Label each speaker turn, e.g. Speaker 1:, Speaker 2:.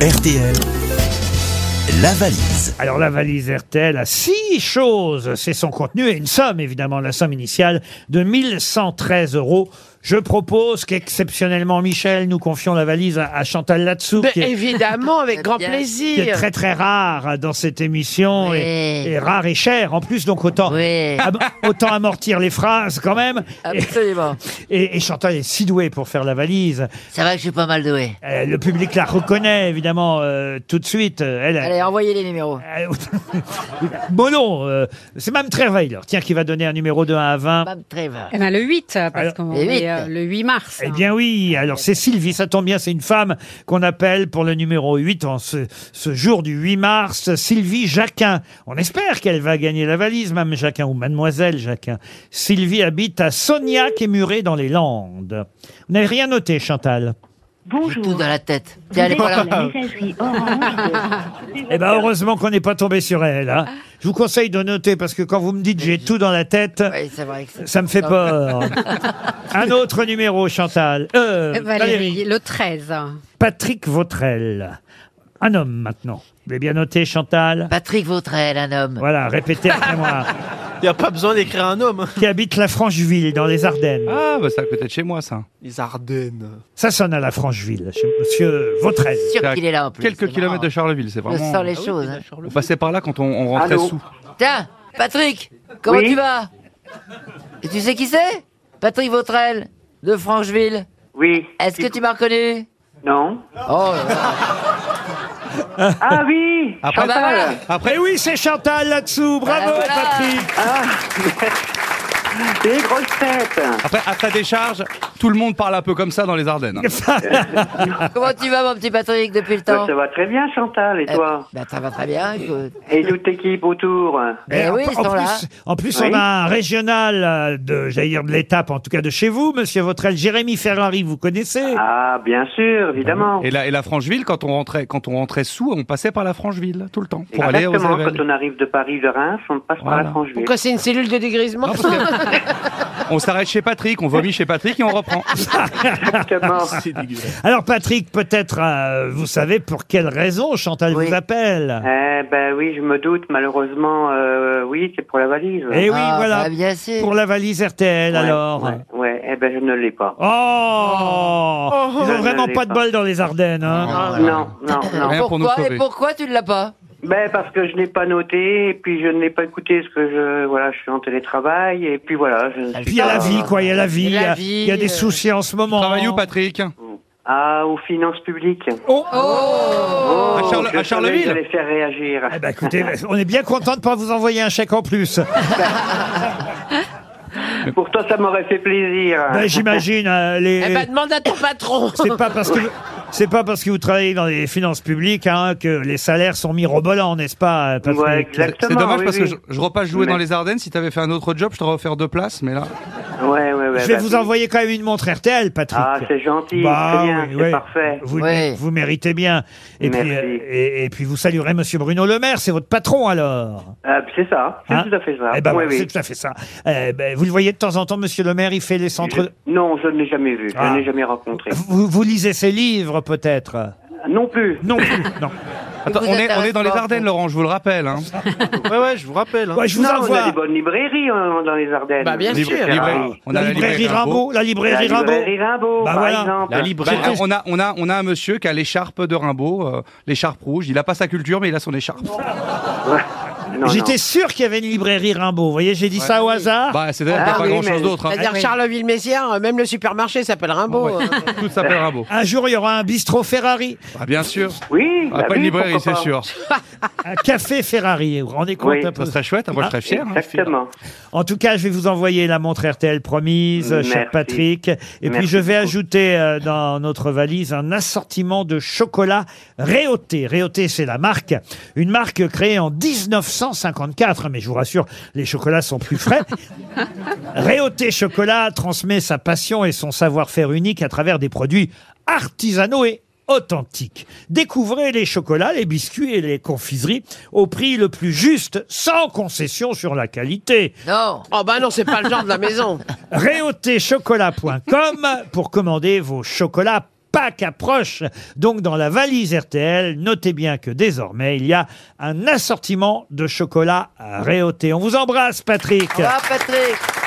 Speaker 1: RTL, la valise.
Speaker 2: Alors la valise RTL a six choses, c'est son contenu et une somme évidemment, la somme initiale de 1113 euros. Je propose qu'exceptionnellement, Michel, nous confions la valise à, à Chantal Latsou,
Speaker 3: Mais
Speaker 2: qui, est-
Speaker 3: Ben, évidemment, avec grand
Speaker 4: Bien.
Speaker 2: qui est
Speaker 3: plaisir.
Speaker 2: très très rare dans cette émission et,
Speaker 4: Oui.
Speaker 2: et rare et chère en plus, donc autant,
Speaker 4: Oui.
Speaker 3: Ah,
Speaker 4: Ah
Speaker 2: am- autant amortir les phrases quand même. Et,
Speaker 3: Absolument.
Speaker 2: et- et Chantal est si douée pour faire la valise.
Speaker 4: C'est vrai que je suis pas mal doué.
Speaker 2: Euh, le public la reconnaît évidemment euh, tout de suite. Euh, Elle,
Speaker 3: Allez, envoyez les numéros.
Speaker 2: Euh, Bollon, euh, c'est Mme Trevailer, tiens, qui va donner un numéro de 1 à 20.
Speaker 4: Pas me trêve.
Speaker 5: Eh ben, le 8,
Speaker 2: Alors,
Speaker 5: parce qu'on
Speaker 4: le 8.
Speaker 5: est euh, le 8 mars.
Speaker 2: Eh
Speaker 5: hein.
Speaker 2: bien oui, alors c'est Sylvie, ça tombe bien, c'est une femme qu'on appelle pour le numéro 8 en ce, ce jour du 8 mars, Sylvie Jacquin. On espère qu'elle va gagner la valise, Mme Jacquin, ou Mademoiselle Jacquin. Sylvie habite à Sognac et Muret dans les Landes. Vous n'avez rien noté, Chantal
Speaker 4: J'ai tout
Speaker 6: Bonjour.
Speaker 4: dans la tête. Tiens, allez,
Speaker 6: Vous êtes
Speaker 4: voilà.
Speaker 6: sur la messagerie orange. de-
Speaker 2: Eh ben heureusement qu'on n'est pas tombé sur elle. hein. Je vous conseille de noter, parce que quand vous me dites j'ai tout dans la tête...
Speaker 4: Oui, c'est vrai que c'est-
Speaker 2: Ça me fait
Speaker 4: Non.
Speaker 2: peur. Un autre numéro, Chantal. Euh,
Speaker 5: Euh,
Speaker 2: Valérie.
Speaker 5: Valérie, le 13.
Speaker 2: Patrick Vautrel. Un homme maintenant. Vous l'avez bien noté, Chantal
Speaker 4: Patrick Vautrel, un homme.
Speaker 2: Voilà, répétez après moi.
Speaker 7: Il n'y a pas besoin d'écrire un homme.
Speaker 2: Qui habite la Francheville, dans les Ardennes.
Speaker 8: Ah, bah c'est à côté de chez moi, ça.
Speaker 7: Les Ardennes.
Speaker 2: Ça sonne à la Francheville, chez Monsieur Vautrel.
Speaker 4: Sûr qu'il est là en plus.
Speaker 8: Quelques
Speaker 4: c'est
Speaker 8: kilomètres de
Speaker 4: marrant.
Speaker 8: Charleville, c'est
Speaker 4: Je
Speaker 8: vraiment.
Speaker 4: sens les choses. hein.
Speaker 8: On passait par là quand on, on
Speaker 3: Ah,
Speaker 8: rentrait sous.
Speaker 4: Tiens, Patrick, comment
Speaker 6: Oui
Speaker 4: tu vas Et tu sais qui c'est Patrick Vautrel, de Francheville.
Speaker 6: Oui.
Speaker 4: Est-ce que tu m'as reconnu
Speaker 6: Non.
Speaker 4: Oh là là.
Speaker 6: Ah oui
Speaker 4: Ah bah voilà.
Speaker 2: Après, oui, c'est Chantal là-dessous. Bravo,
Speaker 4: Voilà, voilà.
Speaker 2: Patrick.
Speaker 6: Les grosses têtes
Speaker 8: Après, à ta décharge, tout le monde parle un peu comme ça dans les Ardennes.
Speaker 4: Comment tu vas, mon petit Patrick, depuis le temps
Speaker 6: Ça va très bien, Chantal, et
Speaker 4: Eh,
Speaker 6: toi
Speaker 4: bah, Ça va très bien, écoute.
Speaker 6: Et toute l'équipe autour
Speaker 4: Eh
Speaker 2: en-
Speaker 4: oui, ils
Speaker 2: en
Speaker 4: sont
Speaker 2: plus,
Speaker 4: là.
Speaker 2: en plus,
Speaker 6: Oui.
Speaker 2: on a un régional euh, de, j'allais dire de l'étape, en tout cas de chez vous, Monsieur Vautrel, Jérémy Ferrari, vous connaissez
Speaker 6: Ah, bien sûr, évidemment.
Speaker 8: Et la, et la Francheville, quand on rentrait, quand on rentrait sous, on passait par la Francheville tout le temps pour aller aux
Speaker 6: Exactement, quand
Speaker 8: Ardennes.
Speaker 6: on arrive de Paris, de Reims, on passe par la
Speaker 8: Voilà.
Speaker 6: Francheville.
Speaker 3: Pourquoi c'est une cellule de dégrisement
Speaker 8: Non, parce que- on s'arrête chez Patrick, on vomit chez Patrick et on reprend.
Speaker 6: Exactement.
Speaker 2: Alors Patrick, peut-être euh, vous savez pour quelle raison Chantal
Speaker 4: Oui.
Speaker 2: vous appelle.
Speaker 6: Eh ben oui, je me doute, malheureusement, euh, oui, c'est pour la valise.
Speaker 2: Eh oui,
Speaker 4: Ah,
Speaker 2: voilà.
Speaker 4: bah, bien sûr.
Speaker 2: Pour la valise RTL
Speaker 6: Ouais,
Speaker 2: alors.
Speaker 6: ouais, ouais, eh ben je ne l'ai pas.
Speaker 2: Oh, Ils
Speaker 6: Je
Speaker 2: ont
Speaker 6: ne
Speaker 2: vraiment
Speaker 6: l'ai
Speaker 2: pas de
Speaker 6: pas.
Speaker 2: bol dans les Ardennes. Hein.
Speaker 4: Ah,
Speaker 6: Non, non,
Speaker 2: Eh
Speaker 6: non.
Speaker 8: Rien pour nous
Speaker 4: Pourquoi,
Speaker 8: sauver.
Speaker 4: et pourquoi tu ne l'as pas
Speaker 6: Ben parce que je n'ai pas noté et puis je ne l'ai pas écouté parce que je voilà je suis en télétravail et puis voilà. Je ne suis
Speaker 2: Puis il y a
Speaker 6: pas-
Speaker 2: la vie, quoi. Il y a la vie. Il y a,
Speaker 3: La
Speaker 2: il y a
Speaker 3: vie,
Speaker 2: des
Speaker 3: euh.
Speaker 2: soucis en ce moment.
Speaker 8: Travaille où, Patrick
Speaker 6: Ah aux finances publiques.
Speaker 2: Oh,
Speaker 6: Oh,
Speaker 8: À Charle-
Speaker 6: je
Speaker 8: à Charleville
Speaker 6: savais que j'allais faire réagir.
Speaker 2: Eh ben, écoutez, on est bien content de pas vous envoyer un chèque en plus.
Speaker 6: Pour toi ça m'aurait fait plaisir.
Speaker 2: Ben, J'imagine euh, les.
Speaker 3: Eh ben, demande à ton patron.
Speaker 2: C'est pas parce que c'est pas parce que vous travaillez dans les finances publiques hein, que les salaires sont mirobolants, n'est-ce pas, Patrick
Speaker 6: Ouais,
Speaker 8: C'est
Speaker 6: exactement.
Speaker 8: c'est dommage
Speaker 6: oui,
Speaker 8: parce que
Speaker 6: oui.
Speaker 8: je, je repasse jouer
Speaker 6: Mais-
Speaker 8: dans les Ardennes. Si t'avais fait un autre job, je t'aurais offert deux places, mais là.
Speaker 6: Ouais, ouais, ouais,
Speaker 2: Je vais
Speaker 6: bah,
Speaker 2: vous
Speaker 6: oui.
Speaker 2: envoyer quand même une montre RTL, Patrick.
Speaker 6: Ah c'est gentil,
Speaker 2: Bah
Speaker 6: c'est bien,
Speaker 2: oui,
Speaker 6: c'est
Speaker 2: ouais.
Speaker 6: parfait.
Speaker 2: Vous,
Speaker 4: Oui.
Speaker 2: vous méritez bien. Et
Speaker 6: Merci.
Speaker 2: puis, euh, et, et puis vous saluerez Monsieur Bruno Le Maire, c'est votre patron alors.
Speaker 6: Ah, c'est ça, c'est
Speaker 2: Hein
Speaker 6: tout à fait ça.
Speaker 2: Eh ben,
Speaker 6: Oui,
Speaker 2: voilà,
Speaker 6: oui.
Speaker 2: C'est tout à fait ça. Eh ben, vous le voyez de temps en temps, Monsieur Le Maire, il fait les centres.
Speaker 6: Je- Non, je ne l'ai jamais vu, je
Speaker 2: Ah.
Speaker 6: ne l'ai jamais rencontré.
Speaker 2: Vous, vous lisez ses livres peut-être
Speaker 6: Non plus.
Speaker 2: Non plus. non.
Speaker 8: Attends,
Speaker 4: vous
Speaker 8: on est, on
Speaker 4: intéresse
Speaker 8: est dans les
Speaker 4: pas,
Speaker 8: Ardennes,
Speaker 4: vous.
Speaker 8: Laurent, je vous le rappelle. Hein.
Speaker 7: Ouais, ouais, je vous rappelle. hein.
Speaker 2: Ouais, je vous
Speaker 6: non, on a
Speaker 2: envoie.
Speaker 6: des bonnes librairies euh, dans les Ardennes.
Speaker 3: Bah, bien
Speaker 8: Libra-
Speaker 3: sûr.
Speaker 8: Libra- on a
Speaker 2: La librairie Rimbaud, la
Speaker 6: La
Speaker 2: librairie Rimbaud.
Speaker 6: librairie Rimbaud,
Speaker 2: Bah
Speaker 6: par
Speaker 2: voilà.
Speaker 6: exemple.
Speaker 7: La librairie.
Speaker 8: Bah, on, a, on, a, on a un monsieur qui a l'écharpe de Rimbaud, euh, l'écharpe rouge. Il a pas sa culture, mais il a son écharpe.
Speaker 6: Ouais. Non,
Speaker 2: J'étais sûr qu'il y avait une librairie Rimbaud. Vous voyez, j'ai dit ça au hasard.
Speaker 8: Bah, c'est vrai,
Speaker 6: Ah
Speaker 8: il y a pas
Speaker 6: oui,
Speaker 8: grand
Speaker 6: mais-
Speaker 8: chose d'autre. hein.
Speaker 3: C'est-à-dire
Speaker 2: oui.
Speaker 3: Charleville-Messière, euh, même le supermarché s'appelle Rimbaud.
Speaker 8: Ouais.
Speaker 3: hein.
Speaker 8: Tout s'appelle Rimbaud.
Speaker 2: Un jour, il y aura un bistrot Ferrari,
Speaker 8: Ah, bien sûr.
Speaker 6: non. Oui,
Speaker 8: Ah,
Speaker 6: bah
Speaker 8: pas
Speaker 6: oui,
Speaker 8: une librairie,
Speaker 6: pourquoi
Speaker 8: c'est
Speaker 6: pas.
Speaker 8: sûr.
Speaker 2: un café Ferrari. Vous vous rendez compte
Speaker 6: Oui.
Speaker 2: un peu
Speaker 8: Ça serait chouette, hein, moi je serais fier. hein.
Speaker 6: Ah, Exactement.
Speaker 2: En tout cas, je vais vous envoyer la montre RTL promise, euh,
Speaker 6: Merci.
Speaker 2: cher Patrick. Et puis,
Speaker 6: Merci
Speaker 2: je vais
Speaker 6: beaucoup.
Speaker 2: ajouter euh, dans notre valise un assortiment de chocolat Réauté. Réauté, c'est la marque. Une marque créée en 1954. Mais je vous rassure, les chocolats sont plus frais. Réauté Chocolat transmet sa passion et son savoir-faire unique à travers des produits artisanaux et authentiques. Découvrez les chocolats, les biscuits et les confiseries au prix le plus juste, sans concession sur la qualité.
Speaker 4: Non.
Speaker 3: Oh bah non, c'est pas le genre de la maison.
Speaker 2: Réautéchocolat.com pour commander vos chocolats Pâques approche. Donc dans la valise RTL, notez bien que désormais, il y a un assortiment de chocolat à Réauté. On vous embrasse, Patrick.
Speaker 4: Au revoir, Patrick.